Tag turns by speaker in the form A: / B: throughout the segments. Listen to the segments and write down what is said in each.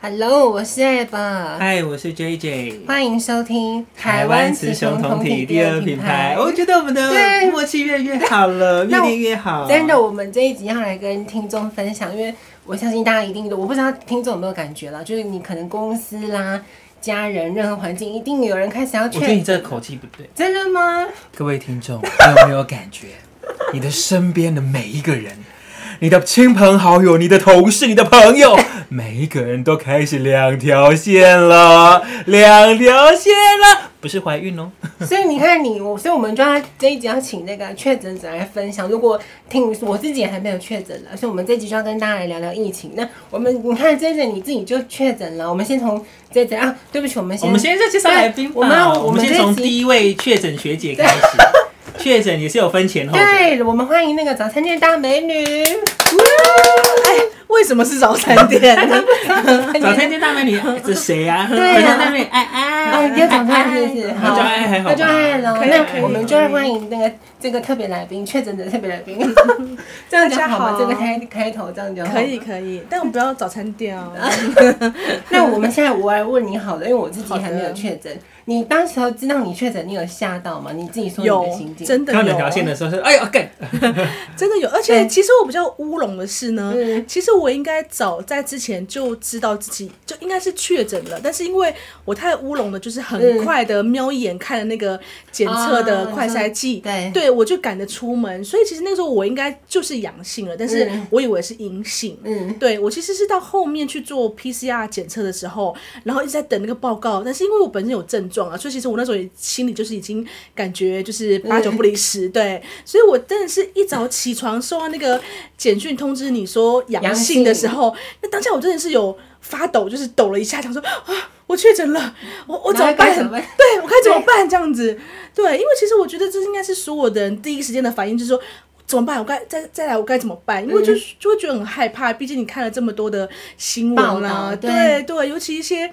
A: Hello，我是 a b
B: 嗨，我是 JJ，
A: 欢迎收听
B: 雌雄同体第二品牌。我觉得我们
A: 对
B: 的默契越来越好了，越
A: 那我
B: 练越好。
A: 哦真的，我们这一集要来跟听众分享，因为我相信大家一定都，我不知道听众有没有感觉啦，就是你可能公司啦、家人、任何环境，一定有人开始要
B: 我觉得你
A: 劝。
B: 这个口气不对。
A: 真的吗？
C: 各位听众，你有没有感觉，你的身边的每一个人，你的亲朋好友、你的同事、你的朋 友，每一个人都开始两条线了，两条线了，不是怀孕哦。
A: 所以你看你，我，所以我们就要这一集要请那个确诊者来分享。如果听我自己也还没有确诊了，所以我们这一集就要跟大家来聊聊疫情。那我们你看 J J 你自己就确诊了，我们先从 J J 啊，对不起，我们先
B: 我们先在介绍来宾吧。
A: 对我们要
B: 我们先
A: 我们
B: 从
A: 这一集
B: 第一位确诊学姐 开始。确诊也是有分前后的。
A: 对，我们欢迎那个早餐店大美女。
D: 哎为什么是早餐店？
B: 早餐店大美女这谁啊？早
A: 对啊
B: 餐店大美女哎
A: 哎，
B: 哎，
A: 要早餐是不是？好，
B: 那
D: 哎
B: 就爱还好吧
A: 那就爱了。
D: 可以可
A: 那
D: 以
A: 我们就会欢迎那个这个特别来宾，确诊的特别来 宾。这样就好
D: 大家
A: 吗？
D: 好
A: 这个开开头这样就好
D: 可以。可以，但我们不要早餐店 哦。
A: 那我们现在我来问你好了，因为我自己还没
D: 好
A: 有
D: 的
A: 确诊。你当时候知道你确诊，你有吓到吗？你自己说你的
D: 有
A: 心境。
D: 真的
B: 看到两
D: 有
B: 条线的时候是哎呦干，
D: 真的有，而
A: 对
D: 且其实我比较乌龙的是呢
A: 嗯，
D: 其实我应该早在之前就知道自己就应该是确诊了，但是因为我太乌龙了，就是
A: 嗯
D: 很快的瞄一眼看了那个检测的快筛剂，
A: 啊你说对
D: 对我就赶着出门，所以其实那时候我应该就是阳性了，但是
A: 嗯
D: 我以为是阴性，
A: 嗯，
D: 对我其实是到后面去做 PCR 检测的时候，然后一直在等那个报告，但是因为我本身有症状啊，所以其实我那时候也心里就是已经感觉就是八九不离十，对，所以我真的是一早起床收到那个简讯通知你说阳性的时候，那当下我真的是有发抖，就是抖了一下，想说啊。我确诊了，我我
A: 然后
D: 怎么
A: 该
D: 办？
A: 怎么办
D: 对我该怎么办？这样子，对，因为其实我觉得这应该是所有的人第一时间的反应，就是说怎么办？我该再再来，我该怎么办？因为
A: 嗯
D: 就就会觉得很害怕，毕竟你看了这么多的新
A: 报
D: 闻
A: 道
D: 啦，
A: 对
D: 对对，尤其一些。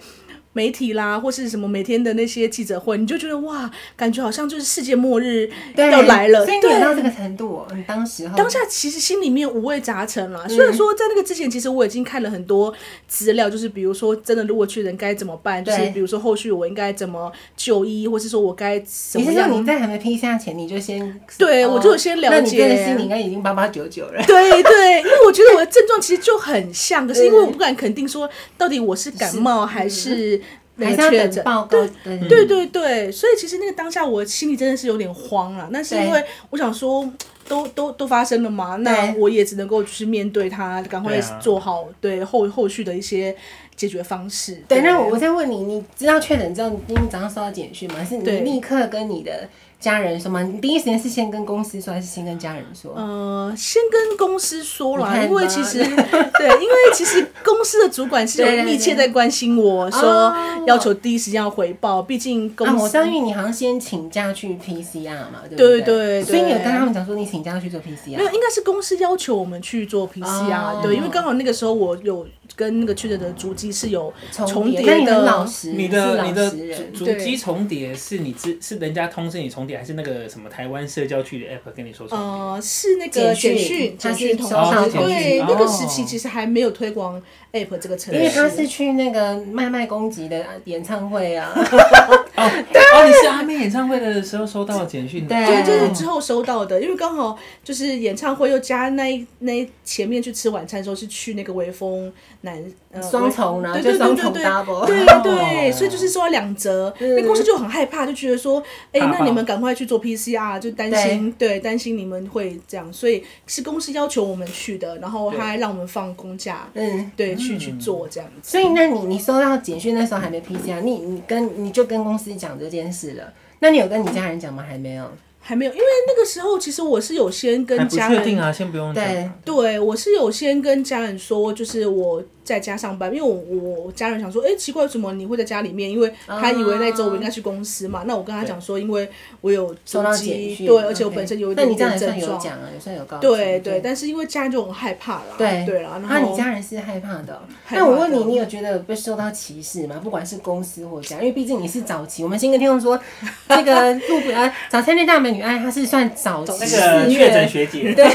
D: 媒体啦，或是什么每天的那些记者会，你就觉得哇，感觉好像就是世界末日
A: 对，
D: 要来了。
A: 所以你有到这
D: 对，
A: 个程度哦，你当时候
D: 当下其实心里面五味杂陈啦。虽然说在那个之前，其实我已经看了很多资料，就是比如说真的，如果确诊该怎么办？就是
A: 对
D: 比如说后续我应该怎么就医，或是说我该怎
A: 你
D: 么
A: 是说
D: 样？
A: 你在还没批下前，你就先
D: 对
A: 哦
D: 我就先了解
A: 那你真的心里应该已经八八九九了。
D: 对对，因为我觉得我的症状其实就很像，可是因为我不敢肯定说到底我是感冒还是
A: 嗯还
D: 那
A: 是要
D: 个确
A: 等
D: 诊。
A: 报告。对对
D: 对对对，所以其实那个当下我心里真的是有点慌了，那是因为我想说。嗯都都都发生了嘛，那
A: 对
D: 我也只能够去面对它，赶快
B: 对啊
D: 做好对后后续的一些解决方式。
A: 对，那我再问你，你知道确诊之后，你今天早上收到简讯吗？是你
D: 对
A: 立刻跟你的家人说吗？你第一时间是先跟公司说，还是先跟家人说？
D: 呃，先跟公司说
A: 你
D: 啦，
A: 看
D: 因为
A: 吧
D: 其实 对，因为其实公司的主管是
A: 对对
D: 有密切在关心我，呃说
A: 哦
D: 要求第一时间要回报，毕竟公
A: 啊，我
D: 司、
A: 知道，因为你好像先请假去 PCR 嘛，对不对
D: 对对对
A: 所以你有跟他们讲说你请假去做 PCR？
D: 没有，应该是公司要求我们去做 PCR，、
A: 哦
D: 对，因为刚好那个时候我有跟那个确诊的足迹是有
A: 重叠，
D: 叠
A: 那你
D: 的
A: 很，老实，
B: 你
A: 是
B: 的
A: 老
B: 你的
A: 实人
B: 主主
D: 对
B: 机重叠是你知是人家通知你重叠，还是那个什么台湾社交距离 app 跟你说重叠？
D: 呃，是那个
A: 简
D: 简
A: 讯
D: 讯，
A: 它
D: 简
A: 是
D: 讯通
A: 收
D: 知，
B: 到简
D: 对
B: 讯，
D: 那个
B: 哦
D: 时期其实还没有推广 App 这个程
A: 因
D: 式，
A: 为他是去那个麦麦公吉的演唱会啊，
B: 哦，哦，你是阿妹演唱会的时候收到的简讯哦的，
A: 对
D: 对，就是之后收到的，因为刚好就是演唱会又加那一那一前面去吃晚餐的时候是去那个微风南呃
A: 双重呢，
D: 对
A: 就
D: 对
A: 双
D: 对
A: 重
D: 对
A: double。
D: 对
B: 哦
D: 对对，所以就是收到两折，
A: 嗯
D: 那公司就很害怕，就觉得说，哎，
B: 怕爆
D: 那你们赶快去做 PCR，就担心对担心你们会这样，所以是公司要求我们去的，然后他还让我们放公假，
A: 嗯，
D: 对，去去做这样子。
A: 所以那你你收到简讯那时候还没 PCR，你你跟你就跟公司讲这件事了，那你有跟你家人讲吗？还没有。
D: 还没有，因为那个时候其实我是有先
B: 还
D: 跟
B: 不
D: 家
B: 确
D: 人
B: 定啊，先不用讲啊。
A: 对
D: 对，我是有先跟家人说，就是我在家上班，因为我我我家人想说，哎、奇怪，为什么你会在家里面？因为
A: 啊
D: 他以为那周我应该去公司嘛。那我跟他讲说，因为我有
A: 收到
D: 足
A: 简
D: 迹
A: 讯，
D: 对，而且我
A: OK
D: 本身有一
A: 那
D: 点
A: 你这样也算
D: 点症
A: 有
D: 状，
A: 讲啊，也算有告知。
D: 对对。但是因为家人就很害怕啦，
A: 对
D: 对啦，
A: 那
D: 然
A: 你
D: 后
A: 家人是害怕的哦。
D: 害
A: 那我
D: 怕
A: 问你，
D: 的
A: 你有觉得有被受到歧视吗？不管是公司或家，因为毕竟你是早期。我们先跟听众说，这个路不呃，早餐店大美女爱她是算早期
B: 那
A: 四
B: 个
A: 月
B: 确诊学姐，
A: 对，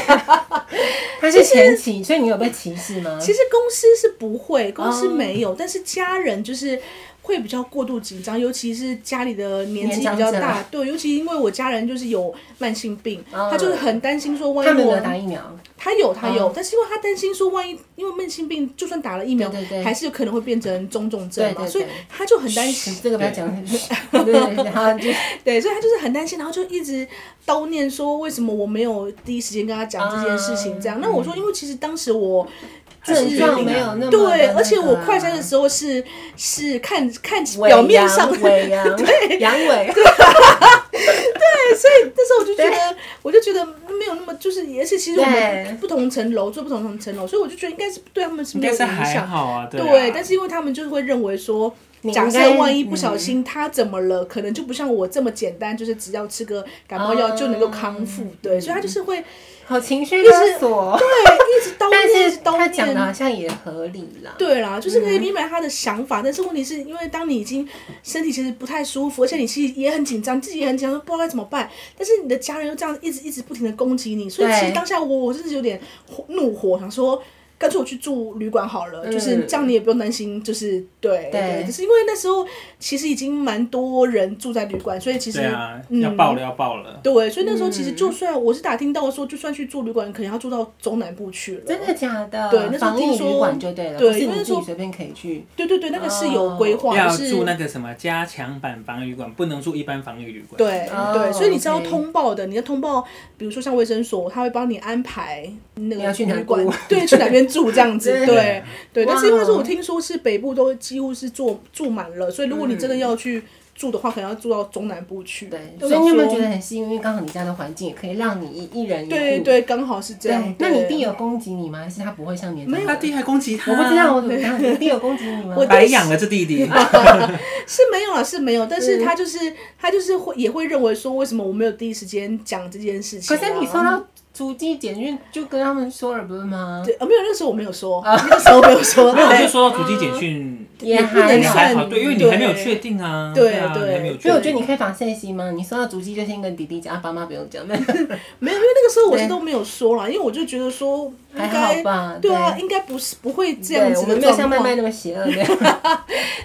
A: 他是前期，所以你有被歧视吗？
D: 其实公司是不会，公司
A: 哦
D: 没有，但是家人就是会比较过度紧张，尤其是家里的年纪比较
A: 年长
D: 大
A: 者，
D: 对，尤其因为我家人就是有慢性病，
A: 嗯
D: 他就是很担心说，万
A: 他
D: 一
A: 们有没
D: 我
A: 有打疫苗，
D: 他有他有
A: 嗯，
D: 但是因为他担心说，万一因为慢性病，就算打了疫苗
A: 对对对，
D: 还是有可能会变成中重症
A: 对对
D: 嘛，
A: 对
D: 所以他就很担 心。
A: 这个不要讲。对 对对，好，就
D: 对，所以他就是很担心，然后就一直叨念说为什么我没有第一时间跟他讲这件事情，这样。那我说，因为其实当时我
B: 是
A: 嗯症状没有那么
D: 对，而且我快
A: 快
D: 筛
A: 餐
D: 的时候是是看看表面上，
A: 尾阳，对，阳痿，
D: 所以 那时候我就觉
A: 对
D: 得，我就觉得没有那么就是，而且其实我
A: 对
D: 们不同层楼住不同层楼，所以我就觉得应该是对他们是
B: 应
D: 没有
B: 该
D: 影
B: 是还
D: 响。
B: 好啊，对啊
D: 对，但是因为他们就是会认为说，假设万一不小
A: 嗯
D: 心他怎么了，可能就不像我这么简单，就是只要吃个感冒
A: 嗯
D: 药就能够康复。对，所以他就是会
A: 好情绪勒索，
D: 对一直叨
A: 但
D: 念，一
A: 是
D: 直叨
A: 他
D: 念。
A: 讲的好像也合理啦。
D: 对啦，就是可以明白他的想法，但是问题是因为当你已经身体其实不太舒服，而且你其实也很紧张，自己也很紧张，不知道该怎么办，但是你的家人又这样一直一直不停的攻击你，所以
A: 对
D: 其实当下我我真的是有点火怒火，想说。干脆我去住旅馆好了，
A: 嗯
D: 就是这样，你也不用担心，就是对
A: 对
D: 对，就是因为那时候其实已经蛮多人住在旅馆，所以其实
B: 对啊，
D: 嗯
B: 要爆了要爆了，
D: 对，所以那时候其实
A: 嗯
D: 就算我是打听到说，就算去住旅馆，可能要住到中南部去了，
A: 真的假的？
D: 对那时候
A: 防疫
D: 听说
A: 旅馆就对了，
D: 对
A: 不是
D: 因为
A: 你自
D: 那时
A: 己
D: 候
A: 随便可以去。
D: 对对对，那个是
A: 哦
D: 有规划，
B: 要
D: 就是
B: 住那个什么加强版防御旅馆，不能住一般防御旅馆。
D: 对、
A: 哦
D: 对，所以你是要
A: OK
D: 通报的，你要通报，比如说像卫生所，他会帮你安排那
A: 你
D: 个
A: 要去哪
D: 旅馆
A: 住，
D: 对，去哪边住 这样子，
A: 对
D: 对对。但是因为那时候
A: 哇
D: 我听说是北部都几乎是住住满了，所以如果你真的要去住的话，可能要住到中南部去。
A: 对，
D: 我
A: 所以你有没有
D: 想
A: 觉
D: 说
A: 得很幸运？因为刚好你家的环境也可以让你一一人一户。
D: 对对，刚好是这样
A: 对。。那你弟
D: 有？
A: 有攻击你吗？还是他不会像你这样？
B: 他弟还攻击他，
A: 我不知 道，我怎么知道你弟有攻击你吗？
D: 我哦
B: 白养了这弟弟。
D: 是没有啊，是没有，但是
A: 嗯
D: 他就是他就是会也会认为说，为什么我没有第一时间讲这件事情
A: 可
D: 啊、
A: 是你收到足迹简讯就跟他们说了不是吗？
D: 对，呃没有，那时候我没有说，
A: 啊
D: 那时候没 有说，哎
B: 没有，我
D: 对
B: 就说到主机简讯
A: 也
D: 不能
A: 还
B: 也
A: 好
B: 还好，
D: 算
B: 对，因为你
D: 对
B: 还没有确定啊，
D: 对
B: 啊，你
D: 对
B: 还没有确定。
A: 所以我觉得你可以防线心吗？你收到足迹就先跟弟弟讲，啊爸妈不用讲。
D: 没有，因为那个时候我
A: 对
D: 是都没有说啦，因为我就觉得说 应
A: 还好
D: 该
A: 吧
D: 对啊，
A: 对
D: 应该不是不会这样
A: 对，我
D: 子
A: 们没有
D: 的状
A: 像
D: 况，
A: 麦麦那么邪恶。 对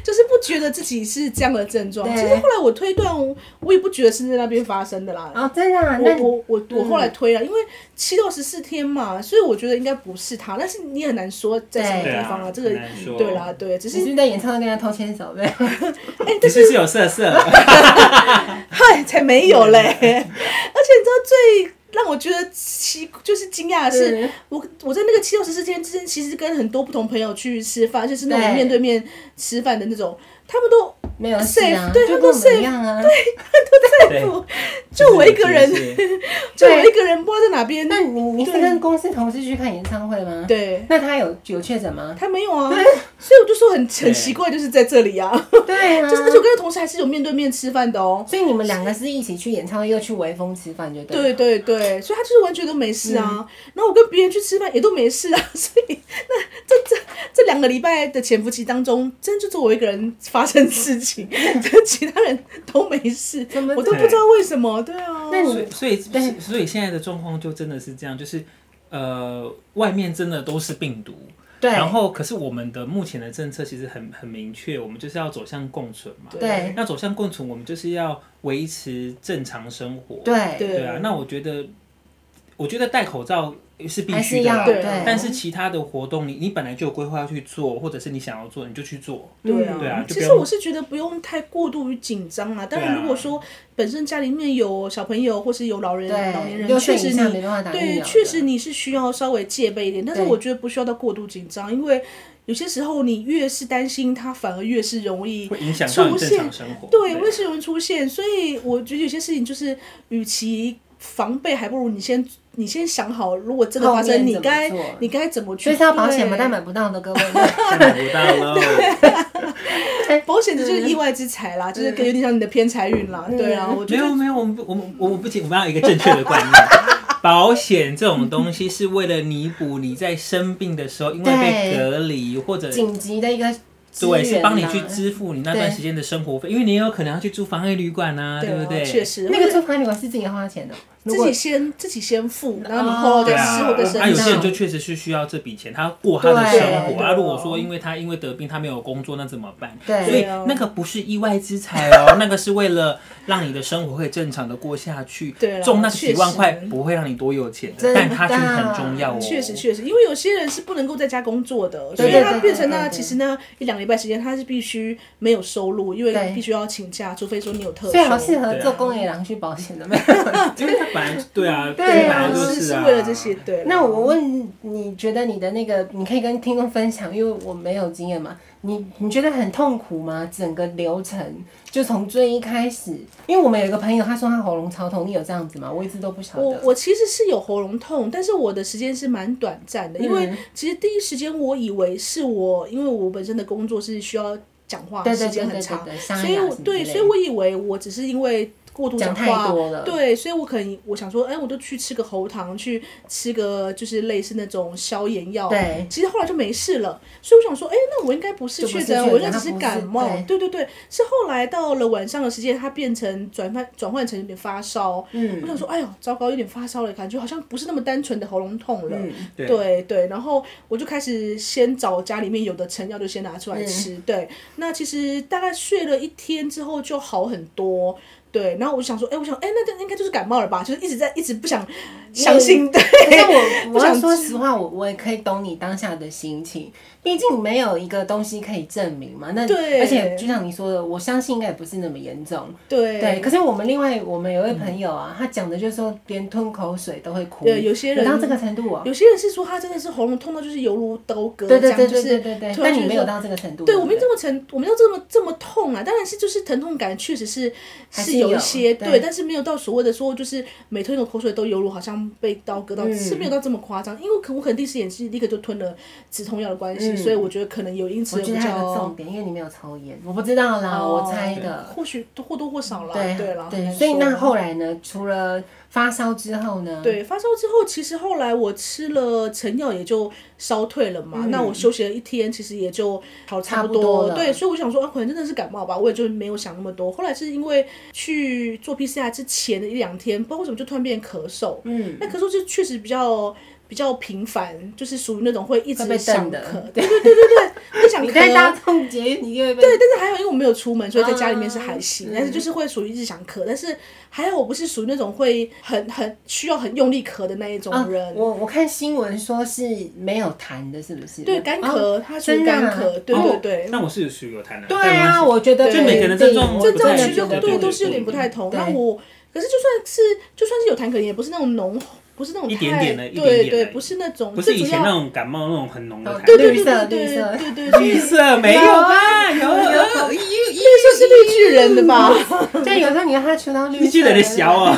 D: 就是不觉得自己是这样的症状。
A: 对
D: 其实后来我推断，我也不觉得是在那边发生的啦。
A: 哦，真的啊？那
D: 我
A: 你
D: 我我我后来推了，因为七到十四天嘛，所以我觉得应该不是他，但是你也很难说在什么
B: 对
D: 地方
B: 啊
D: 啊，，这个
B: 很难说
D: 对啦，，对，只
A: 你是不
D: 是
A: 是在演唱会跟他偷牵手？对，
B: 你是不是有色色，
D: 嗨才没有嘞， 而且你知道最让我觉得奇就是惊讶的是，
A: 嗯
D: 我我在那个七六十四天之间，其实跟很多不同朋友去吃饭，就是那
A: 对
D: 种面对面吃饭的那种，他们都
A: 没有事啊，
D: safe，对
A: 就
D: 他
A: 跟
D: 都
A: 我们一样啊。
B: 对，
D: 就我一个人
B: 就，是
D: 就我一个人不知道在哪边。
A: 那你你是
D: 对
A: 跟公司同事去看演唱会吗？。
D: 对
A: 那他有有确诊 吗？
D: 他没有啊，所以我就说很很奇怪，就是在这里啊，
A: 对啊。
D: 就是而且我跟他同事还是有面对面吃饭的哦。
A: 所以你们两个是一起去演唱会，又去微风吃饭，就对了。
D: 对对对，所以他就是完全都没事啊。然后我跟别人去吃饭也都没事啊，所以那这这这两个礼拜的潜伏期当中，真就只有我一个人发生事情，其他人都没事
A: 怎么，
D: 我都不知道为什么。对啊，
A: 那你
B: 所以所以所以现在的状况就真的是这样，就是呃，外面真的都是病毒，
A: 对。
B: 然后可是我们的目前的政策其实很很明确，我们就是要走向共存嘛。
D: 啊
A: 对
B: 要走向共存，我们就是要维持正常生活。
A: 对
D: 对
B: 对啊，那我觉得，我觉得戴口罩是必
A: 还是
B: 须的
A: 要
B: 啦。
D: 对
B: 但是其他的活动你，你本来就有规划要去做，或者是你想要做，你就去 做。
D: 对
A: 嗯
D: 啊，
B: 对啊就不
D: 其实
B: 用
D: 我是觉得不用太过度于紧张啦。当
B: 对
D: 然，
B: 啊
D: 如果说本身家里面有小朋友或是有老人、老年
A: 对，
D: 人，
A: 六
D: 确
A: 岁
D: 实
A: 以上
D: 你
A: 没办法打疫
D: 对，
A: 苗。
D: 确实。你是需要稍微戒备一点，但是
A: 对
D: 我觉得不需要到过度紧张，因为有些时候你越是担心，它反而越是容易
B: 会影响到你
D: 出
B: 正
D: 现
B: 常生活。
D: 对
A: 啊
D: 为什么出现？所以我觉得有些事情就是，与其防备，还不如你先你先想好，如果真的发
A: 后面
D: 生，你
A: 怎么
D: 该
A: 做
D: 你该怎么去？
A: 所以是要保险嘛，
D: 对
A: 但买不到的各位。
B: 看不到 喽。
D: 保险这就是
A: 嗯
D: 意外之财啦，就是有点像你的偏财运啦。对啊，我觉
B: 没
D: 得
B: 有没有，我们不我们我们不仅我们要有一个正确的观念，保险这种东西是为了弥补你在生病的时候，因为
A: 对
B: 被隔离或者
A: 紧急的一个支
B: 对，是
A: 援
B: 帮你
A: 啦
B: 去支付你那段时间的生活费，因为你也有可能要去住防疫旅馆啊，对不
D: 啊
B: 对？
D: 确实
A: 那个住房旅馆是自己花钱的，如
D: 自
A: 果哦
D: 己先自己先付，然后你后
B: 对
D: 再
B: 啊
D: 吃或者申
B: 啊，有些人
D: 请。
B: 就确实是需要这笔钱，他过他的生活
A: 对
B: 啊。如果
D: 哦
B: 说因为他因为得病，他没有工作，那怎么办？
A: 对
B: 所以那个不是意外之财哦， 那个是为了让你的生活可以正常的过下去。
D: 对啦
B: 中那几万块
D: 确实
B: 不会让你多有钱
A: 真
B: 的，
A: 的
B: 但它就是很重要哦。
D: 确实，确实，因为有些人是不能够在家工作的，所
A: 对
D: 以他变成
A: 对对
D: 那
A: 对
D: 其实那一两个礼拜时间，他是必须没有收入，因
A: 对
D: 为必须要请假，除非说你有特
A: 所以
D: 殊。
A: 好适合
B: 对啊
A: 做公野狼去保险的没有？
B: 因为它本来对啊，
A: 对啊
B: 本来就是是
D: 是
B: 啊，
D: 为了这些，对。
A: 那我问你觉得你的那个，你可以跟听众分享，因为我没有经验嘛。你你觉得很痛苦吗？整个流程就从最一开始，因为我们有一个朋友，他说他喉咙超痛，你有这样子吗？我一直都不晓
D: 我
A: 得。
D: 我其实是有喉咙痛，但是我的时间是蛮短暂的，因
A: 嗯
D: 为其实第一时间我以为是我，因为我本身的工作是需要讲话，
A: 对对
D: 时
A: 对
D: 间
A: 对
D: 很
A: 对
D: 长，
A: 对，
D: 所
A: 沙
D: 以
A: 哑
D: 我
A: 什么
D: 对，
A: 之类
D: 所以
A: 的
D: 我以为我只是因为过度
A: 讲太
D: 话，
A: 多了，
D: 对，所以我可能我想说，哎，我就去吃个喉糖，去吃个就是类似那种消炎药，
A: 对
D: 其实后来就没事了，所以我想说，哎、那我应该不是
A: 就不
D: 确
A: 是
D: 诊，
A: 确诊
D: 我应该
A: 它
D: 只是
A: 不是
D: 感冒。对对对，是后来到了晚上的时间，它变成转换转换成有点发烧。嗯，我想说，哎呦，糟糕，有点发烧了，感觉好像不是那么单纯的喉咙痛了。
A: 嗯
B: 对
D: 对对，然后我就开始先找家里面有的成药，就先拿出来吃。
A: 嗯
D: 对，那其实大概睡了一天之后就好很多。对，然后我就想说，哎、我想，哎、那这应该就是感冒了吧？就是一直在一直不想相信，对，
A: 可是我我
D: 不
A: 要
D: 想
A: 说实话，我我也可以懂你当下的心情，毕竟没有一个东西可以证明嘛。那
D: 对
A: 而且就像你说的，我相信应该也不是那么严重。
D: 对
A: 对，可是我们另外我们有位朋友啊，他讲的就是说，连吞口水都会哭。
D: 对有些人
A: 到这个程度哦、
D: 有些人是说他真的是喉咙痛到就是犹如刀割，
A: 对对
D: 这
A: 对
D: 样
A: 对
D: 就
A: 对
D: 是
A: 对对。
D: 突
A: 但
D: 然
A: 你
D: 觉
A: 没有
D: 得
A: 到这个程度。哦
D: 对，
A: 不
D: 我没这么疼，我没有这么这么痛啊。当然是就是疼痛感确实是
A: 还是
D: 是有
A: 有
D: 一些
A: 对
D: 对，但是没有到所谓的说就是每吞一口口水都犹如好像被刀割到，
A: 嗯
D: 是没有到这么夸张。因为可我可能第一时间是立刻就吞了止痛药的关系，
A: 嗯
D: 所以我觉得可能有因此
A: 我
D: 而
A: 觉
D: 比
A: 得还有个
D: 较
A: 重点，因为你没有抽烟，我不知道啦，
D: 哦
A: 我猜的。
D: 或许或多或少啦，
A: 对
D: 对啦，很
A: 对，
D: 难
A: 所以
D: 说
A: 那后来呢？除了发烧之后呢？
D: 对，发烧之后，其实后来我吃了成药也就烧退了嘛。那我休息了一天，其实也就好
A: 嗯差
D: 差
A: 不
D: 不
A: 多了
D: 对，所以我想说，啊，可能真的是感冒吧，我也就没有想那么多。后来是因为去做 PCR 之前的一两天，不知道为什么就突然变咳嗽。
A: 嗯，
D: 那咳嗽就确实比较比较频繁，就是属于那种会一
A: 会
D: 直
A: 被瞪
D: 想
A: 的
D: 咳，对对对 对对，会想
A: 你在大
D: 咳。
A: 众节你就会被
D: 对，但是还好，因为我没有出门，所以在家里面是还行，
A: 嗯
D: 但是就是会属于日常咳，但是还好我不是属于那种会很很需要很用力咳的那一种
A: 啊
D: 人。
A: 我我看新闻说是没有痰的，是不是？
D: 对，干
A: 哦
D: 咳，它属于
A: 真的啊
D: 干咳，对
B: 哦
D: 对对。
B: 那我是属于有痰的。
A: 对啊，我觉得
D: 就每个
B: 人症状
A: 我
B: 不
D: 症
A: 真的
D: 状
B: 太
D: 区
A: 觉
D: 就
A: 得
B: 对
D: 对，
B: 对
D: 都是有
B: 对
D: 点不太同。
A: 对
D: 那我可是就算是就算是有痰，可能也不是那种浓，不是那种
B: 一点
D: 太
B: 点的一点
D: 对
B: 点
D: 对，
B: 而已
D: 不是那种，
B: 不是
D: 最
B: 以
D: 主
B: 前
D: 要
B: 那种感冒那种很浓的
A: 哦
B: 痰，
D: 对
A: 绿
D: 对对
A: 色
D: 对对
A: 绿色
D: 对对对，
B: 绿色没有吧？有有有，
D: 这是绿巨人的吧？
A: 对，有时候你让他出到绿色，
B: 你记得的 小 啊。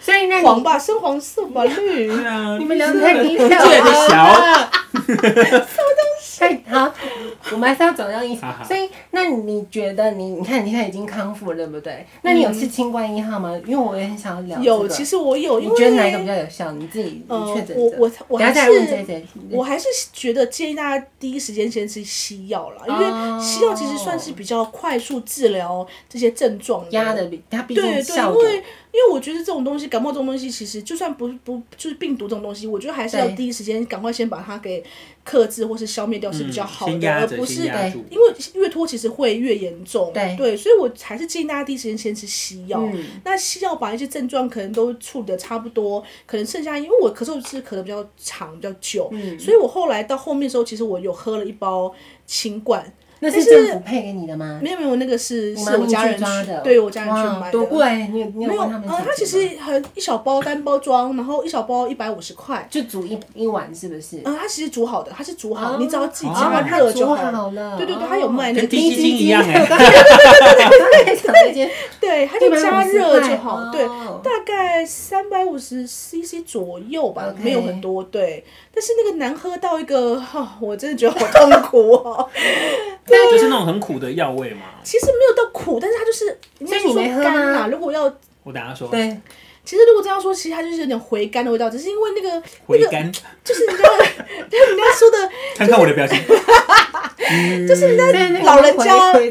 A: 所以那你
D: 黄吧，深黄色吧，绿。
B: 对啊，
A: 你们聊得太低调
B: 记得的小。
A: 了， 什么东西？好，我们还是要走到一起
B: 好。好
A: 所以，那你觉得你，你看你现在已经康复了，对不对？那你有吃清冠一号吗？因为我也很想要聊这个。
D: 有，其实我有，因
A: 你
D: 为
A: 觉得哪一个比较有效？你自己
D: 呃
A: 你确诊者，
D: 我我我
A: 等下
D: 还
A: 再问
D: 是
A: J J。
D: 我还是觉得建议大家第一时间先吃西药啦，因
A: 哦
D: 为西药其实算是比较快速治疗这些症状
A: 压的比它毕
D: 对
A: 竟
D: 对，因
A: 效果
D: 为因为我觉得这种东西，感冒这种东西，其实就算不不就是病毒这种东西，我觉得还是要
A: 对
D: 第一时间赶快先把它给克制或是消灭掉是比较好
B: 嗯先
D: 的，
B: 压
D: 而
B: 着，
D: 不是
B: 先
D: 哎
B: 压住。
D: 因为越拖其实会越严重。
A: 对
D: 所以我还是建议大家第一时间先吃西药。
A: 嗯
D: 那西药把一些症状可能都处理的差不多，可能剩下因为我咳嗽是咳的比较长、比较久，
A: 嗯
D: 所以我后来到后面的时候，其实我有喝了一包清冠，
A: 那
D: 但
A: 是
D: 是
A: 政府配给你的吗？
D: 没有没有，那个是
A: 你
D: 是我
A: 妈咪
D: 家
A: 去
D: 人去
A: 抓的，
D: 对我家人去
A: 哇
D: 买的，
A: 多贵？你有你
D: 没
A: 有
D: 有，
A: 问他们？
D: 呃，它其实很一小包单包装，然后一小包一百五十块。
A: 就煮一一碗，是不 是？
D: 嗯，它其实煮好的，它是煮好，
A: 哦
D: 你只要自己
B: 哦
D: 加
A: 它
D: 热就
A: 煮
D: 好。
A: 好了
D: 对对对，它有卖那
B: 跟
D: 个
B: 低
D: 低
B: 基金一样
A: 对
B: 哎、
A: 对 对
D: 对，它
A: 对，
D: 就加热就好。对，
A: 对
D: 大概三百五十 CC 左右吧
A: OK
D: 没有很多。对，但是那个难喝到一个，哈，我真的觉得好痛苦哦。
B: 就是那种很苦的药味嘛。
D: 其实没有到苦，但是它就是，啊
A: 所以你没喝吗
D: 干啦。如果要
B: 我等下说，
A: 对，
D: 其实如果这样说，其实它就是有点回甘的味道，只是因为那个那
B: 回
D: 个
B: 甘，
D: 就是人家对 人家说的
B: 看看我的表情，
D: 就是人
A: 对那个
D: 家老人家
A: 回回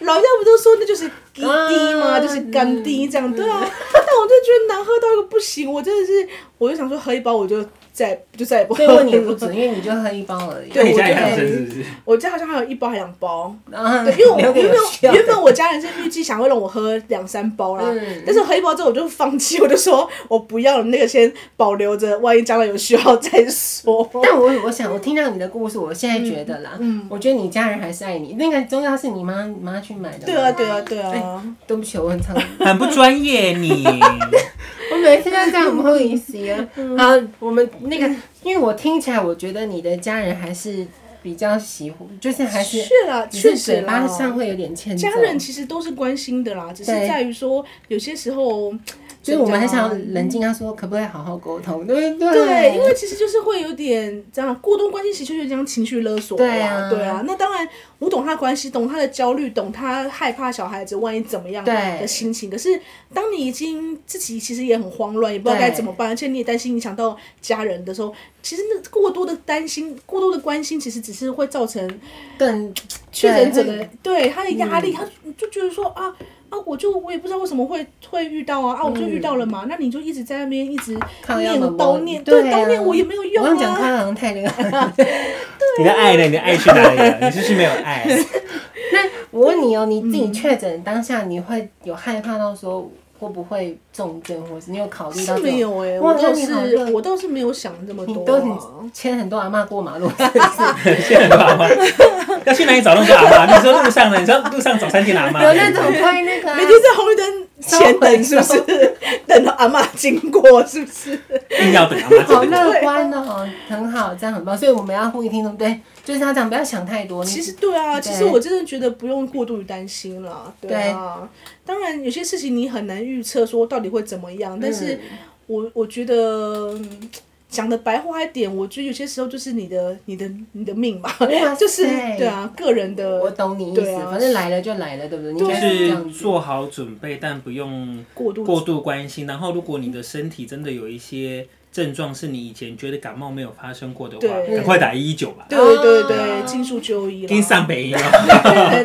D: 老人家不都说那
A: 啊
D: 就是滴滴吗？
A: 嗯
D: 就是干滴这样，对啊。但我就觉得难喝到一个不行，我真的是，我就想说喝一包我就再就再也不喝
A: 所以
D: 了。
A: 问你不准，因为你就喝一包而已。
B: 那
D: 对
B: 你
D: 我
B: 家里
D: 觉
B: 还有
D: 得
B: 剩是不是？
D: 我家好像还有一包还两包，
A: 然后
D: 对，因为我
A: 啊留给
D: 原
A: 需要
D: 本
A: 的
D: 原本我家人是预计想会让我喝两三包啦，
A: 嗯
D: 但是喝一包之后我就放弃，我就说我不要了，那个先保留着，万一将来有需要 再说。
A: 但我我想，我听到你的故事，我现在觉得啦，
D: 嗯
A: 我觉得你家人还是爱你。那个中药是你妈你妈去买的吗，
D: 对啊，对啊，对啊。
A: 对不起，我很苍蝇。
B: 很不专业 你。
A: 我每次都这样，我们会饮食啊。
D: 嗯
A: 好，我们那个，因为我听起来，我觉得你的家人还是比较喜欢，就是哎还是
D: 是啦，
A: 只
D: 确
A: 是
D: 实
A: 嘴
D: 啦
A: 巴。上会有点欠揍。
D: 家人其实都是关心的啦，只是
A: 对
D: 在于说有些时候，
A: 所以我们很想
D: 怎么讲
A: 要
D: 啊
A: 冷静，他说可不可以好好沟通，对不对？
D: 对，因为其实就是会有点这样过度关心，其实就是这样情绪勒索啦
A: 对啊
D: 对啊。那当然，我懂他的关系，懂他的焦虑，懂他害怕小孩子万一怎么样
A: 对
D: 的心情。可是，当你已经自己其实也很慌乱，也不知道该
A: 对
D: 怎么办，而且你也担心影响到家人的时候，其实那过多的担心、过多的关心，其实只是会造成
A: 更
D: 确诊者的
A: 对嗯
D: 对他的压力，他就觉得说啊啊，我就我也不知道为什么会会遇到啊啊，我就遇到了嘛，
A: 嗯
D: 那你就一直在那边一直
A: 靠药
D: 念
A: 门
D: 叨
A: 膜
D: 念，
A: 对
D: 对
A: 啊
D: 叨念我也没有用
A: 我刚讲
D: 啊。
A: 他好像太那个。
B: 你的爱呢？你的爱去哪里了？你就是没有爱。
A: 那 我问你哦，你自己确诊当下，你会有害怕到说会不会重症，或是你有考虑到
D: 是
A: 这种？
D: 没有哎、
A: 哇
D: 我倒
A: 那你好
D: 是
A: 热
D: 我倒是没有想那么
A: 你
D: 多、
A: 都
D: 啊
A: 很。牵很多阿嬷过马路，
B: 现在很多 阿妈，要去哪里找那么多阿妈？你说路上呢？你知道路上早餐店的阿妈？
A: 有那种推那个啊
D: 每天在红绿灯前等，是不是？ 等到阿妈经过，是不是？
B: 硬要等阿妈
A: 好
B: 走。
A: 乐观哦，很好，这样很棒。所以我们要呼吁听众，对，就是要这样，不要想太多。你
D: 其实对啊，其实
A: 对
D: 我真的觉得不用过度于担心啦。对啊，当然有些事情你很难预测说到底会怎么样，但是
A: 嗯
D: 我我觉得嗯讲的白话一点，我觉得有些时候就是你的你的你的命吧，
A: 哇塞
D: 就是对啊，个人
A: 我
D: 的
A: 懂你意思，
D: 对啊
A: 反正来了就来了，对不对？你啊应
B: 就
A: 该是这样
B: 是
A: 子。
B: 做好准备，但不用
D: 过度
B: 过度关心。然后，如果你的身体真的有一些症状是你以前觉得感冒没有发生过的话，
D: 对
B: 赶快打一一九吧，
D: 对对
A: 啊
D: 对，尽速就医啦。
B: 跟上北一样。
D: 对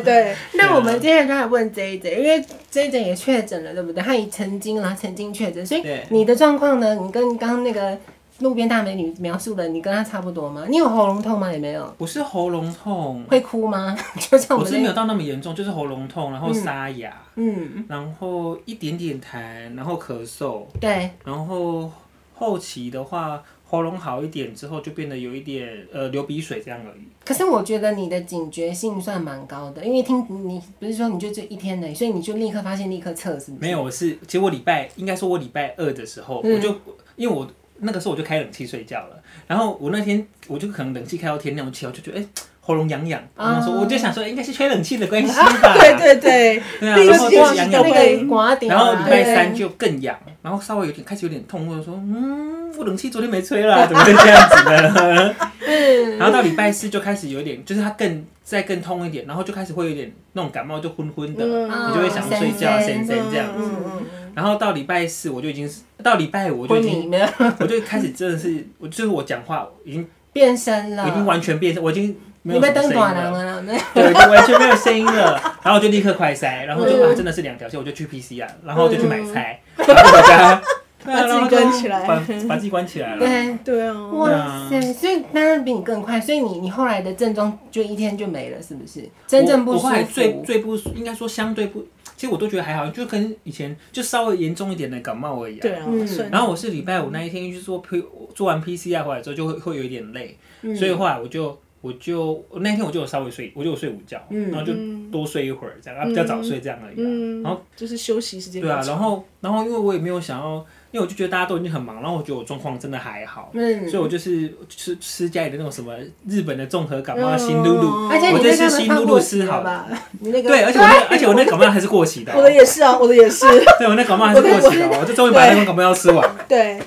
D: 对对，
A: 那我
B: 啊
A: 们接下来来问 J J，因为 J J 也确诊了，对不对？他也曾经啦，曾经确诊，所以
B: 对
A: 你的状况呢？你跟刚刚那个路边大美女描述的，你跟她差不多吗？你有喉咙痛吗？也没有，
B: 我是喉咙痛，
A: 会哭吗？ 就像我
B: 我
A: 们
B: 是没有
A: 那
B: 到那么严重，就是喉咙痛，然后沙哑，
A: 嗯，
B: 然后一点点痰，然后咳嗽，
A: 对，
B: 然后后期的话，喉咙好一点之后，就变得有一点呃流鼻水这样而已。
A: 可是我觉得你的警觉性算蛮高的，因为听你不是说你就这一天的，所以你就立刻发现，立刻测是不是？
B: 没有，我是其实我礼拜应该说我礼拜二的时候，我就因为我那个时候我就开冷气睡觉了，然后我那天我就可能冷气开到天亮，我起来我就觉得哎、喉咙痒痒，然后说我就想说应该是吹冷气的关系 吧，
D: 对对对，
B: 对啊，
D: 毕
B: 然后
D: 竟
B: 就是痒
A: 那
B: 痒
D: 都
B: 的。
D: 会
A: 个刮点
B: 然后
A: 啊
B: 礼，拜
D: 对
B: 三就更痒，然后稍微有点开始有点痛，我就说，嗯，我冷气昨天没吹 啦，怎么会这样子呢？
A: 嗯，
B: 然后到礼拜四就开始有点，就是它更再更痛一点，然后就开始会有点那种感冒，就昏昏的，
D: 嗯
B: 你就会想睡觉啊，
A: 神
B: 神神这样子。
A: 嗯
B: 然后到礼拜四我就已经是到礼拜五我就
A: 昏
B: 已
A: 迷
B: 经
A: 没有
B: 我就开始真的是我就是我讲话已经
A: 变身
B: 我已经
A: 了，
B: 完全变成我已经
A: 啊你
B: 没有
A: 被灯
B: 什么声音
A: 短了吗？
B: 了，
A: 那
B: 对，就完全没有声音 了。然后我就立刻快筛，然后
D: 嗯
B: 就啊真的是两条线，我就去 PCR，然后就去买菜，然后回家，对啊
D: 把自己
B: 然后就
D: 关起来
B: 把把自己关起来了。
A: 对，
D: 对啊，
A: 嗯哇塞，所以那比你更快，所以你你后来的症状就一天就没了，是不是？真正不
B: 我
A: 舒
B: 我后来最
A: 服，
B: 最不舒应该说相对不，其实我都觉得还好，就跟以前就稍微严重一点的感冒而已、
D: 对。啊，
A: 嗯
D: 算
B: 然后我是礼拜五那一天去做 P 做完 PCR 回来之后，就会会有一点累，
D: 嗯
B: 所以后来我就我就那天我就有稍微睡，我就有睡午觉，
A: 嗯
B: 然后就
D: 嗯
B: 多睡一会儿这样，啊、比较早睡这样而已、啊。
D: 嗯，
B: 然后
D: 就是休息时间比
B: 对
D: 较
B: 啊，
D: 长
B: 然后然后因为我也没有想要，因为我就觉得大家都已经很忙，然后我觉得我状况真的还好，
A: 嗯
B: 所以我就是吃吃家里的那种什么日本的综合感冒
D: 嗯
B: 新露露，
A: 而且你
B: 我
A: 那
B: 这是
A: 个
B: 新
A: 放
B: 露
A: 过
B: 露
A: 期
B: 丝
A: 了
B: 好
A: 吧？ 你那个
B: 对，而且我那而且我那感冒药还是过期的哦、
D: 我的也是啊，我的也是，
B: 对我那感冒还是过期的哦、我就终于把那种感冒药吃完了，
D: 对，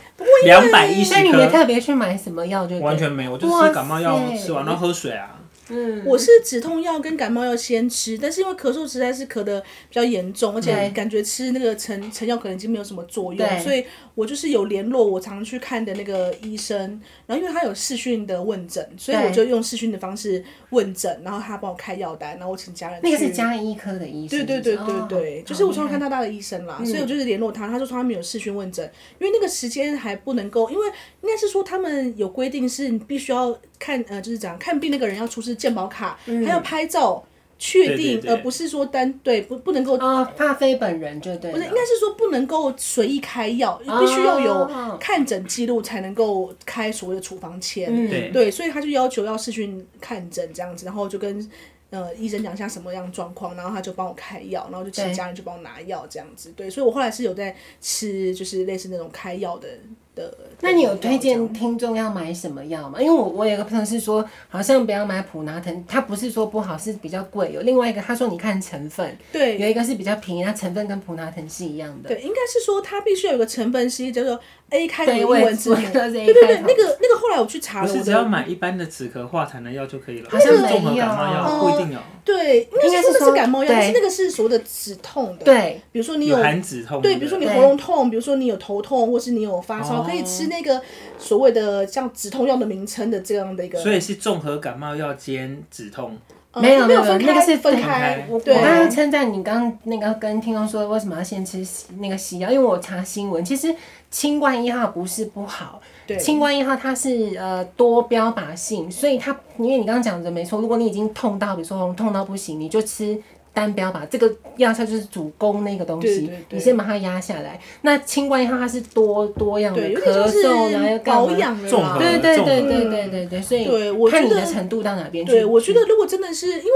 B: 两百一十
A: 所以你没
B: 颗，
A: 特别去买什么药就对
B: 完全没有，我就是吃感冒药吃完，然后喝水啊，
A: 嗯，
D: 我是止痛药跟感冒药先吃，但是因为咳嗽实在是咳的比较严重，而且
B: 嗯
A: 对
D: 感觉吃那个成成药可能已经没有什么作
A: 对
D: 用，所以我就是有联络我常去看的那个医生，然后因为他有视讯的问诊，所以
A: 对
D: 我就用视讯的方式问诊，然后他帮我开药单，然后我请家人
A: 那个是
D: 去
A: 加医科的医生，
D: 对对对对对，
A: 哦
D: 就是我常
A: 好嗯
D: 常
A: 厉害
D: 看到他的医生啦，所以我就是联络他，他就说他没有视讯问诊，因为那个时间还不能够，因为应该是说他们有规定是你必须要看呃，就是讲看病那个人要出示健保卡，
A: 嗯
D: 还要拍照确
B: 对对
D: 定，
B: 对
D: 而不是说单对不不能够。
A: 哦，怕非本人就对了，
D: 不是，应该是说不能够随意开药，
A: 哦
D: 必须要有看诊记录才能够开所谓的处方签。
A: 嗯
B: 对
D: 对，所以他就要求要视讯看诊这样子，然后就跟呃医生讲一下什么样的状况，然后他就帮我开药，然后就
A: 对
D: 请家人去帮我拿药这样子。对，所以我后来是有在吃，就是类似那种开药的的。
A: 那你有
D: 的药
A: 推
D: 这
A: 荐
D: 样
A: 听众要买什么药吗？因为我我有一个朋友是说，好像不要买普拿疼，他不是说不好，是比较贵。有另外一个他说你看成分，
D: 对
A: 有一个是比较便宜，它成分跟普拿疼是一样的。
D: 对，应该是说它必须要有个成分是叫做 A 开头的
A: 对
D: 英
A: 我也
D: 文字母，
A: 知
D: 对
A: 道是 A
D: 对对
A: 开，头
D: 那个那个后来我去查
B: 不
D: 了，我
B: 是
D: 的
B: 只要买一般的止咳化痰的药就可以了，
A: 好像
B: 是综合
A: 没有
B: 感冒药
D: 哦
B: 不一定哦，
D: 对，应
A: 应该
D: 该
A: 是
D: 是说那
A: 说
D: 是感冒药，但是
A: 对
D: 那个是所谓的止痛的。，
A: 对
D: 比如说你
B: 有含止痛，
D: 对，
B: 不
D: 比如说你
A: 对
D: 喉咙痛，比如说你有头痛，或是你有发烧，
B: 哦
D: 可以吃那个所谓的像止痛药的名称的这样的一个。
B: 所以是综合感冒药兼止痛，
D: 呃
A: 没有
D: 没
A: 没有
D: 有分
A: 那
D: 开，
A: 个是
D: 分
A: 分
B: 开
D: 开。
A: 我我
D: 对
A: 刚刚称赞你刚刚那个跟听众说为什么要先吃西那个西药，因为我查新闻，其实清冠一号不是不好，
D: 对
A: 清冠一号它是呃多标靶性，所以它因为你刚刚讲的没错，如果你已经痛到，比如说喉咙痛到不行，你就吃。单标靶这个药效就是主攻那个东西，
D: 对对对
A: 你先把它压下来。那清冠一号它是多多样的
D: 对，有点
A: 咳
D: 像
A: 嗽，然后又
D: 是
A: 干嘛
D: 保养了
B: 综合
D: 啦。
A: 对对对
B: 综合
A: 对对对对，所以
D: 对我
A: 看你
D: 觉得
A: 的程度到哪边去。
D: 对，我觉得如果真的是因为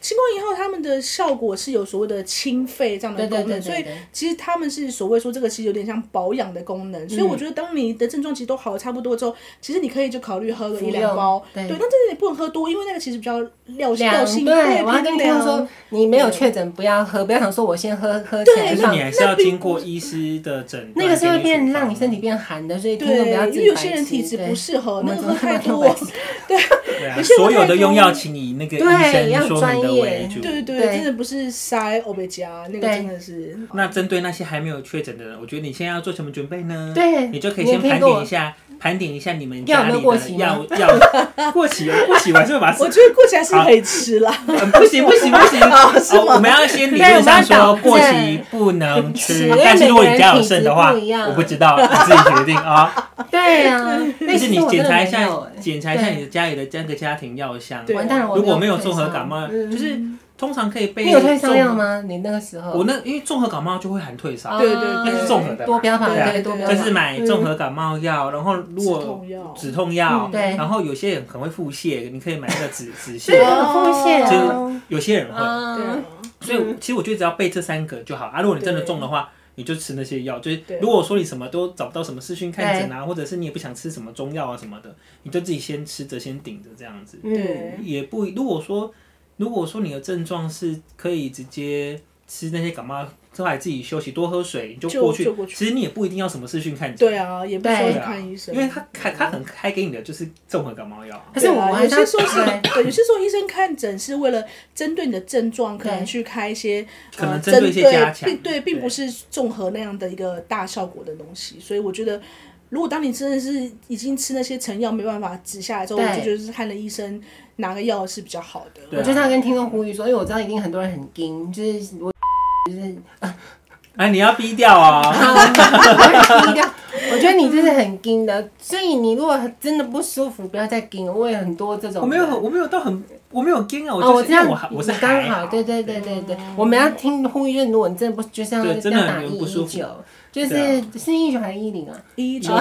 D: 清冠一号他们的效果是有所谓的清肺这样的
A: 对对
D: 功能，
A: 对对
D: 所以
A: 对
D: 其实他们是所谓说这个其实有点像保养的功能，所以
A: 嗯
D: 我觉得当你的症状其实都好了差不多之后，其实你可以就考虑喝个
A: 服
D: 一两
A: 用
D: 包，
A: 对
D: 但真的也不能喝多，因为那个其实比较料
A: 两
D: 料性
A: 对，我要跟
D: 偏
A: 听众说
D: 凉，
A: 你没有确诊不要喝，不要想说我先喝喝起
D: 对
A: 来
B: 可
A: 就是放
B: 你。还是要经过医师的诊断给
A: 那
B: 你处方，
A: 个是会变让你身体变寒的，所以听众不要
D: 对，
A: 自己
D: 因为有些人
A: 白吃
D: 体质不
A: 对
D: 适合
A: 我，
D: 那
A: 们怎
D: 个喝
A: 么
D: 太
A: 会喝
D: 多
A: 白，吃
B: 对
D: 对
B: 啊
D: 有些人
B: 所有的
D: 太多
B: 用药请以那个医
A: 对要
B: 生说明的
A: 专业
B: 为主。
D: 对对，
A: 对
D: 真的不是塞欧贝加，那个
A: 对
D: 真的是
B: 那针对那些还没有确诊的人，我觉得你现在要做什么准备呢？
A: 对
B: 你就可以
A: 你也
B: 先
A: 可以
B: 盘
A: 跟我
B: 点一下，盘点一下你们
A: 药有
B: 家
A: 没有
B: 里
A: 过
B: 的
A: 期
B: 药
A: 吗
B: 药过期了，过期完就把它
D: 我觉得过期还是可以 吃啦。
B: 嗯不行不行不 行，
A: 啊
D: 是吗
B: 哦我们要先理论
A: 对我
B: 上说
A: 们要
B: 过
A: 对
B: 期不能吃
A: 因为，
B: 但是如果
A: 每个人
B: 你家有
A: 体质
B: 剩的话，
A: 不一样
B: 我不知道，你自己决定啊。
A: 对 啊，
B: 就
A: 但
B: 是你检查一下，
A: 完
B: 检查一下
A: 欸对
B: 你的家里的那个家庭药箱。
D: 对
A: 蛋了，我
B: 如果
A: 没
B: 没有
A: 退
B: 综合
A: 烧嗯
B: 感冒，就是通常可以被
A: 你有退烧药
B: 综合？
A: 吗？你那个时候
B: 我那因为综合感冒就会含退烧
A: 哦，
D: 对对
B: 那
D: 对
B: 是综合的嘛，
A: 多标靶
B: 对啊
A: 对嗯多标
B: 就
A: 靶
B: 是买综合感冒药，然后如
D: 止痛
B: 果
D: 药
B: 止痛药，
D: 嗯
A: 对
B: 然后有些人可能会腹泻，你可以买那个止 止泻
A: 对，
D: 啊
A: 那个风险
B: 就是
A: 啊
B: 有些人会，
A: 啊，
B: 所以我其实我觉得只要备这三个就好啊。如果你真的中的话，你就吃那些药。就是
D: 对
B: 如果说你什么都找不到什么视讯看诊啊，或者是你也不想吃什么中药啊什么的，你就自己先吃着，先顶着这样子。
A: 嗯，
B: 也不如果说如果说你的症状是可以直接吃那些感冒药，之后还自己休息，多喝水，你就
D: 就
B: 过去
D: 就过。去
B: 其实你也不一定要什么视讯看诊，
D: 对啊，也不需要去看医生，啊
B: 因为他开他可能开给你的就是综合感冒药啊。
A: 可是我
D: 对啊
A: 还哎
D: 有
A: 是要
D: 些时候是
A: 对
D: 对，有些时候医生看诊是为了针对你的症状，可
A: 对
D: 能去开一些
B: 可能
D: 呃
B: 针对一些加强
D: 并对，并
B: 对
D: 不是综合那样的一个大效果的东西。所以我觉得，如果当你真的是已经吃那些成药没办法止下来之后，
A: 对
D: 我就觉得是看了医生哪个药是比较好的。
B: 对啊
A: 我就是要跟听众呼吁说，因为我知道一定很多人很惊，就是 我
B: 哎，你要逼掉啊！
A: 低调。我觉得你真的很硬的，所以你如果真的不舒服，不要再硬了。我也很多这种人。
B: 我没有很，我没有到很，我没有惊啊，我
A: 哦，我
B: 就是
A: 这
B: 因为
A: 样
B: 我还，我是
A: 你刚
B: 还嗯
A: 好，对对对对对，我们要听呼吁，就是如果你真的不，就是要
B: 对真的
A: 要打
B: 很
A: 一
B: 不舒
A: 一
B: 服
A: 九，就是
B: 对啊
A: 是一九还是一零啊？
D: 一九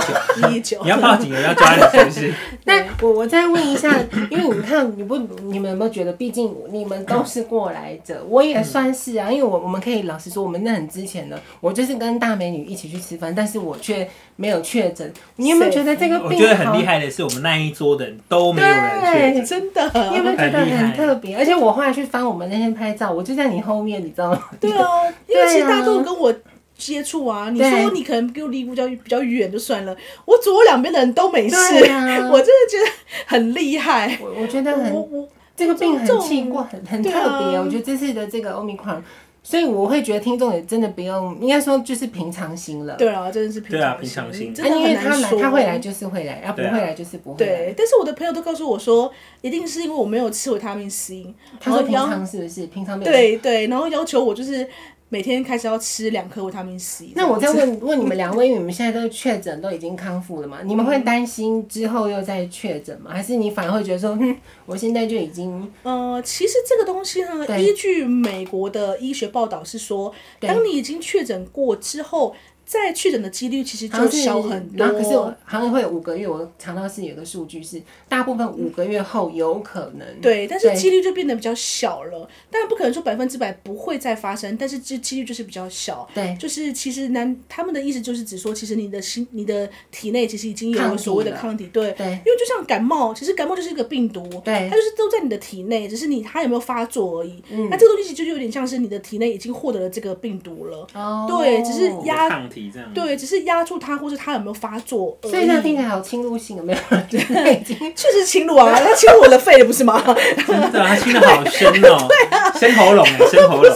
D: 一九
B: 你，要报警了，要抓你是不是？
A: 那我我再问一下， 因为你看，你不你们有没有觉得，毕竟你们都是过来者，我也算是
B: 嗯
A: 啊，因为我我们可以老实说，我们那很之前呢，我就是跟大美女一起去吃饭，但是我却没有确诊。你有没有觉得这个
B: 嗯我
A: 病
B: 觉得很
A: 好
B: 厉害的是，我们那一桌的人都没有人确诊，
D: 真的，
A: 你有没有觉得
B: 很厉害
A: 很特别？而且我后来去翻我们那天拍照，我就在你后面，你知道吗？
D: 对啊，因为其
A: 对啊
D: 实大家都有跟我接触啊。你
A: 对
D: 说你可能给我离比较比较远就算了，我左右两边的人都没事，
A: 对啊
D: 我真的觉得很厉害。
A: 我我觉得
D: 我
A: 很
D: 我
A: 这个病
D: 这
A: 很
D: 种
A: 气怪，很很特
D: 对
A: 别、
D: 啊
A: 我觉得这次的这个 Omicron，所以我会觉得听众也真的不用，应该说就是平常心了。
D: 对啊，真的是平
B: 对啊
D: 常
B: 平常心
D: 真的
A: 因为
D: 很
A: 他
D: 难
A: 来
D: 说。
A: 他会来就是会来，然后不
B: 对啊
A: 会来就是不会来。
D: 对，但是我的朋友都告诉我说，一定是因为我没有吃维他命 C，
A: 他说
D: 哦然后
A: 平
D: 要
A: 常是不是？平常没有。。
D: 对对，然后要求我就是每天开始要吃两颗维他命 C。
A: 那我再问问你们两位，因为你们现在都确诊，都已经康复了嘛？你们会担心之后又再确诊吗？还是你反而会觉得说，哼，我现在就已经
D: 呃，其实这个东西呢，
A: 对
D: 依据美国的医学报道是说，
A: 对
D: 当你已经确诊过之后，再确诊的几率其实
A: 好像
D: 就是小很多。
A: 然后可是我好像会有五个月，我查到是有个数据是，大部分五个月后有可能。
D: 对，但是
A: 对
D: 几率就变得比较小了。当然不可能说百分之百不会再发生，但是这几率就是比较小。
A: 对
D: 就是其实男他们的意思就是指说，其实你的心、你的体内其实已经有
A: 抗
D: 了
A: 体
D: 所谓的
A: 了
D: 抗体，对，
A: 对
D: 因为就像感冒，其实感冒就是一个病毒，
A: 对嗯
D: 它就是都在你的体内，只是你它有没有发作而已。那这个东西就有点像是你的体内已经获得了这个病毒了，
A: 哦
D: 对，只是
B: 有
D: 压。
B: 抗体这样。
D: 对，只是压住它，或是它有没有发作而
A: 嗯
D: 已。
A: 所以这样听起来好侵入性啊，没有人对，已经
D: 确实侵入啊，它侵入我的肺了，不是吗？
B: 真的啊，他亲的好深哦，
D: 啊
B: 深喉咙哎，深喉咙，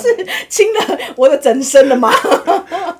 D: 亲了我的整身了吗？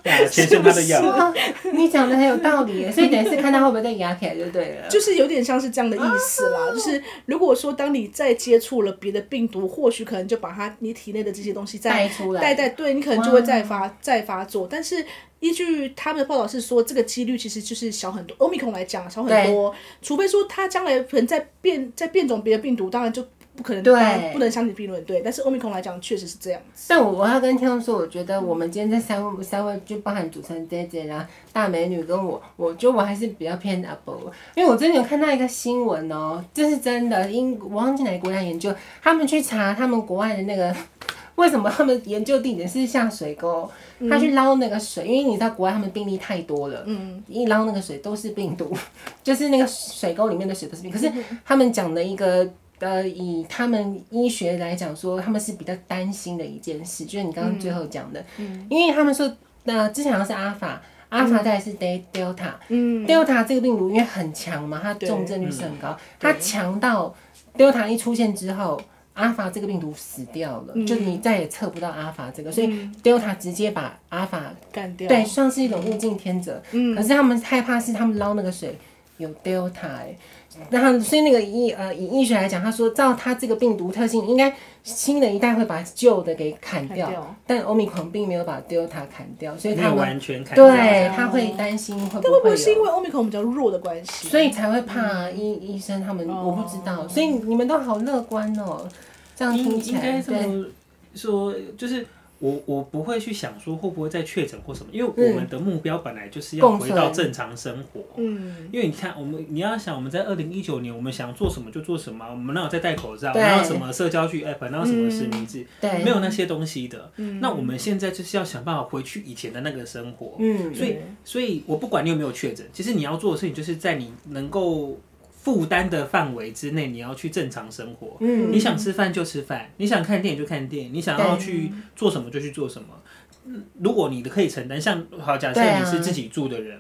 B: 对啊，全身他的药。
A: 哇你讲的很有道理耶，所以等于是看他会不会再压起来就对了。
D: 就是有点像是这样的意思
A: 哦
D: 啦。就是如果说当你再接触了别的病毒，或许可能就把它你体内的这些东西
A: 带
D: 再
A: 出来
D: 带带，对你可能就会再发再发作。但是依据他们的报道是说，这个几率其实就是小很多。欧米孔来讲小很多，除非说它将来可能再变再变种别的病毒，当然就。不可能，
A: 对
D: 当然不能相提并论，对。但是欧米孔来讲，确实是这样子。
A: 但我我要跟听众说，我觉得我们今天这三位三位就包含主持人 J J 啦、大美女跟我，我觉得我还是比较偏 Apple，因为我之前有看到一个新闻哦、这是真的，英我忘记哪个国家研究，他们去查他们国外的那个。 为什么他们研究地点是像水沟？他去捞那个水，因为你知道国外他们病例太多了，
D: 嗯，
A: 一捞那个水都是病毒， 就是那个水沟里面的水都是病。可是他们讲的一个呃，以他们医学来讲说，他们是比较担心的一件事，就是你刚刚最后讲的，因为他们说，呃，之前好像是阿法，阿法再来是 de- delta，
D: 嗯，
A: Delta 这个病毒因为很强嘛，它重症率是很高，它强到 Delta 一出现之后。阿法这个病毒死掉了，就你再也测不到阿法这个，所以 Delta 直接把阿法
D: 干掉。
A: 对，算是一种物竞天择。可是他们害怕是他们捞那个水有 Delta，、欸、然后所以那个医呃以医学来讲，他说照他这个病毒特性，应该新的一代会把旧的给砍掉，
D: 砍掉
A: 但欧米狂并没有把 Delta 砍掉，所以
B: 没
A: 他
B: 有
A: 们
B: 完全砍掉
A: 对他会担心会
D: 但会不
A: 会
D: 会是因
A: 有。
D: 为欧米孔比较弱的关系？
A: 所以才会怕、医医生他们，我不知道，所以你们都好乐观哦，这样听
B: 应
A: 起
B: 应该
A: 来，
B: 这
A: 对，
B: 么说，就是我我不会去想说会不会再确诊或什么，因为
A: 嗯
B: 我们的目标本来就是要回到正常生活。
D: 嗯，
B: 因为你看，我们你要想，我们在二零一九年，我们想做什么就做什么，啊我们哪有在戴口罩，
A: 对嗯
B: 哪有什么社交距 app，哪有什么实名制，
A: 对嗯
B: 没有那些东西的。那我们现在就是要想办法回去以前的那个生活。
A: 嗯，
B: 所以，所以我不管你有没有确诊，其实你要做的事情就是在你能够负担的范围之内，你要去正常生活。
A: 嗯
B: 你想吃饭就吃饭，你想看电影就看电影，你想要去做什么就去做什么。嗯如果你的可以承担，像好假设
A: 对啊
B: 你是自己住的人，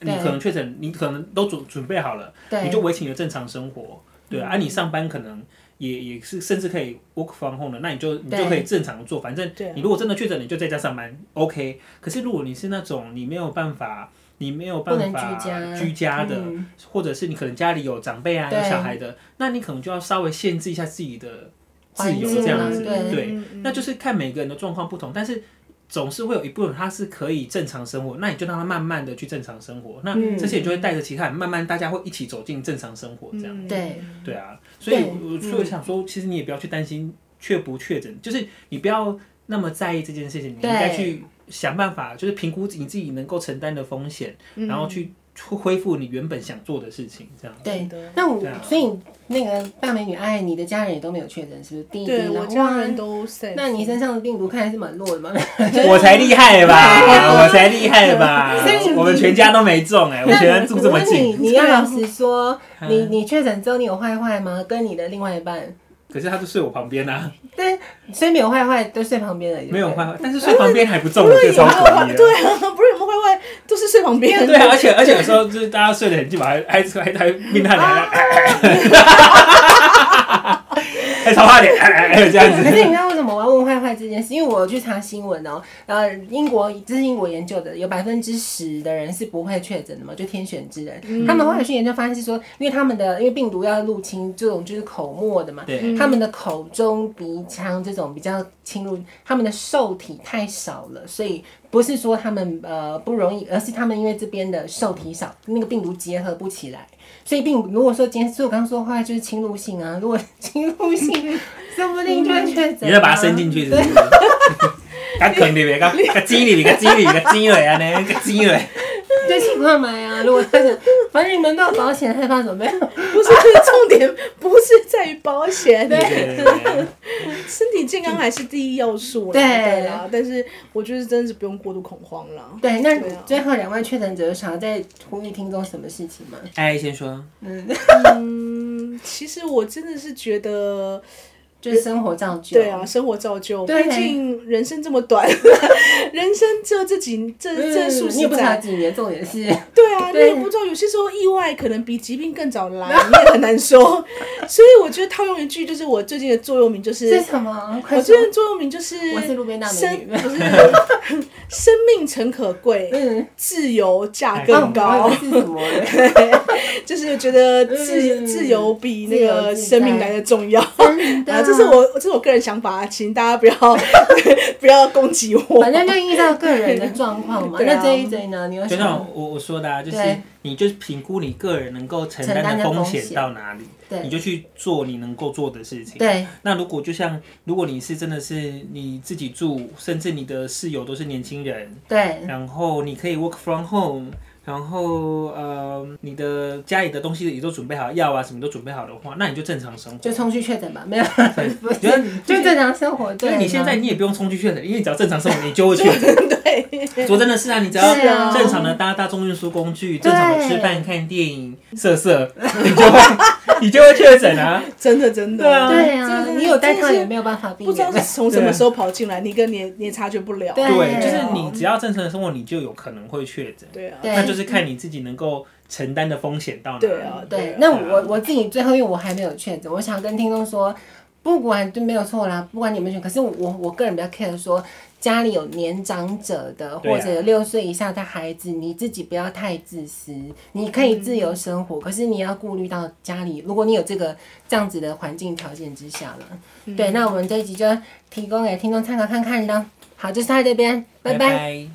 B: 你
A: 对
B: 可能确诊，你可能都准准备好了，你
A: 对嗯
B: 就维持你的正常生活，对啊，啊你上班可能。也也是，甚至可以 work from home 的，那你就你
A: 对
B: 就可以正常做。反正
D: 对啊
B: 你如果真的确诊，你就在家上班，OK。可是如果你是那种你没有办法，你没有办
A: 不
B: 法
A: 能居家
B: 居家的，
A: 嗯
B: 或者是你可能家里有长辈啊、
A: 对
B: 有小孩的，那你可能就要稍微限制一下自己的自
A: 环
B: 由，
A: 境
B: 这样
A: 啊
B: 子。
A: 对
B: 对，
D: 嗯嗯
B: 那就是看每个人的状况不同，但是总是会有一部分他是可以正常生活，那你就让他慢慢的去正常生活。那
A: 嗯
B: 这些人就会带着其他人，慢慢大家会一起走进正常生活，这样。
D: 嗯
A: 对
B: 对啊，所以
A: 对
B: 我所以我想说，其实你也不要去担心确不确诊，就是你不要那么在意这件事情，你应
A: 对
B: 该去想办法，就是评估你自己能够承担的风险，然后去恢复你原本想做的事情，这样。
A: 对
D: 的，
A: 那我
B: 对啊
A: 所以那个大美女爱你的家人也都没有确诊，是不是？弟弟
D: 对
A: 啦，
D: 我家人
A: 哇
D: 都 safe。
A: 那你身上的病毒看来是蛮弱的嘛？
B: 我才厉害吧，我才厉害吧
A: 所以你，
B: 我们全家都没中 哎、我全家住这么
A: 那你
B: 近，嗯
A: 你要老 实说，你你确诊之后你有坏坏吗？跟你的另外一半，
B: 可是他就睡我旁边啊，
A: 但虽然没有坏坏，都睡旁边而已。
B: 没有坏，坏，但是睡旁边还不中，
D: 不
B: 我
D: 论
B: 就
D: 有没
B: 超
D: 有
B: 诡
D: 坏，
B: 异
D: 对
B: 的。
D: 啊，不论有没有坏坏，都是睡旁边。
B: 对啊， 而且而且有时候就是大家睡 得很近嘛，还还还还命他俩，哎，超怕点，哎哎 这样
A: 可是
B: 子。
A: 你知道为什么我要问坏坏这件事？因为我有去查新闻哦，呃，英国这是英国研究的，有百分之十的人是不会确诊的嘛，就天选之人。他们后来去研究发现是说，因为他们的因为病毒要入侵这种就是口沫的嘛，
B: 对，
A: 他们的口中、鼻腔这种比较侵入，他们的受体太少了，所以不是说他们呃不容易，而是他们因为这边的受体少，那个病毒结合不起来。所以病毒如果说今天，所以我刚刚说话就是侵入性啊，如果侵入性，说不定就会确诊啊。
B: 嗯你再把它伸进去是不是？它啃你别，它它鸡你别，它鸡你别，它鸡尾啊呢，它鸡尾。
A: 对，情况买啊。如果确诊，反正你们没有保险，害怕什么呀？
D: 不是， 就是重点不是在于保险，
B: 对对对对
D: 身体健康还是第一要素啦。
A: 对
D: 对啦，但是我觉得真的是不用过度恐慌啦。
A: 对，那
D: 对啊
A: 最后两位确诊者想要再呼吁听众什么事情吗？
B: 哎，先说，
A: 嗯，
D: 啊嗯，其实我真的是觉得，
A: 就是生活造就。
D: 对啊，，生活造就，毕
A: 对
D: 竟人生这么短， 人生就这几这这数
A: 嗯你也
D: 十
A: 不知道
D: 载，
A: 几年，重点是。
D: 对啊，你
A: 对
D: 也不知道，有些时候意外可能比疾病更早来， 你也很难 说。所以我觉得套用一句，就是我最近的座右铭就是
A: 是什么？快说
D: 我最！近座右铭就是，
A: 我是路边大美
D: 生
A: 女。啊
D: 不是 生命诚可贵，
A: 嗯，
D: 自由价更
A: 哦
D: 高啊
A: 我，以为是什 么？
D: 就是觉得自
A: 嗯
D: 自由比那
A: 自由
D: 个
A: 自在
D: 生命来的重要。
A: 真的
D: 啊，这是我这是我个人想法，啊请大家不要 不要攻击我。
A: 反正就依照个人的状况嘛。
D: 对啊
A: 那这一堆呢？你有
B: 就
A: 什
B: 像
A: 么？
B: 我我说的啊，就是
A: 对
B: 你就是评估你个人能够承担
A: 承担的
B: 的风
A: 风
B: 险
A: 险
B: 到哪里，
A: 对
B: 你就去做你能够做的事情。
A: 对
B: 那如果就像如果你是真的是你自己住，甚至你的室友都是年轻人，
A: 对
B: 然后你可以 work from home，然后呃你的家里的东西也都准备好，药啊什么都准备好的话，那你就正常生活。
A: 就冲去确诊吧，没有，不是
B: 觉得
A: 就正常生活。
B: 就
A: 对啊
B: 是
A: 吗，
B: 你现在你也不用冲去确诊，因为你只要正常生活，你就会确诊。
D: 对，
B: 说真的是啊，你只要
A: 是啊
B: 正常的搭大众运输工具，正常的吃饭、看电影、色色， 你就会你就会确诊啊。
D: 真的真的。
B: 对啊
A: 对
D: 真
A: 啊，
D: 的是
A: 你有戴套
D: 真的
A: 也
D: 是
A: 没有办法避
D: 不知道
A: 免
D: 是。从什么时候跑进来，你跟你也你也察觉不了。哦
A: 对
B: 对，就是你只要正常的生活，你就有可能会确诊。
D: 对啊，
A: 对
B: 那就是看你自己能够承担的风险到哪里。
D: 对啊
A: 对，
D: 啊
A: 那我我自己最后，因为我还没有确诊，我想跟听众说，不管就没有错啦，不管你们选，可是我我个人比较 care 说，家里有年长者的
B: 对啊
A: 或者有六岁以下的孩子，你自己不要太自私，你可以自由生活，可是你要顾虑到家里，如果你有这个这样子的环境条件之下了，对，那我们这一集就提供给听众参考看看啦。好，就到这边，拜拜
B: 拜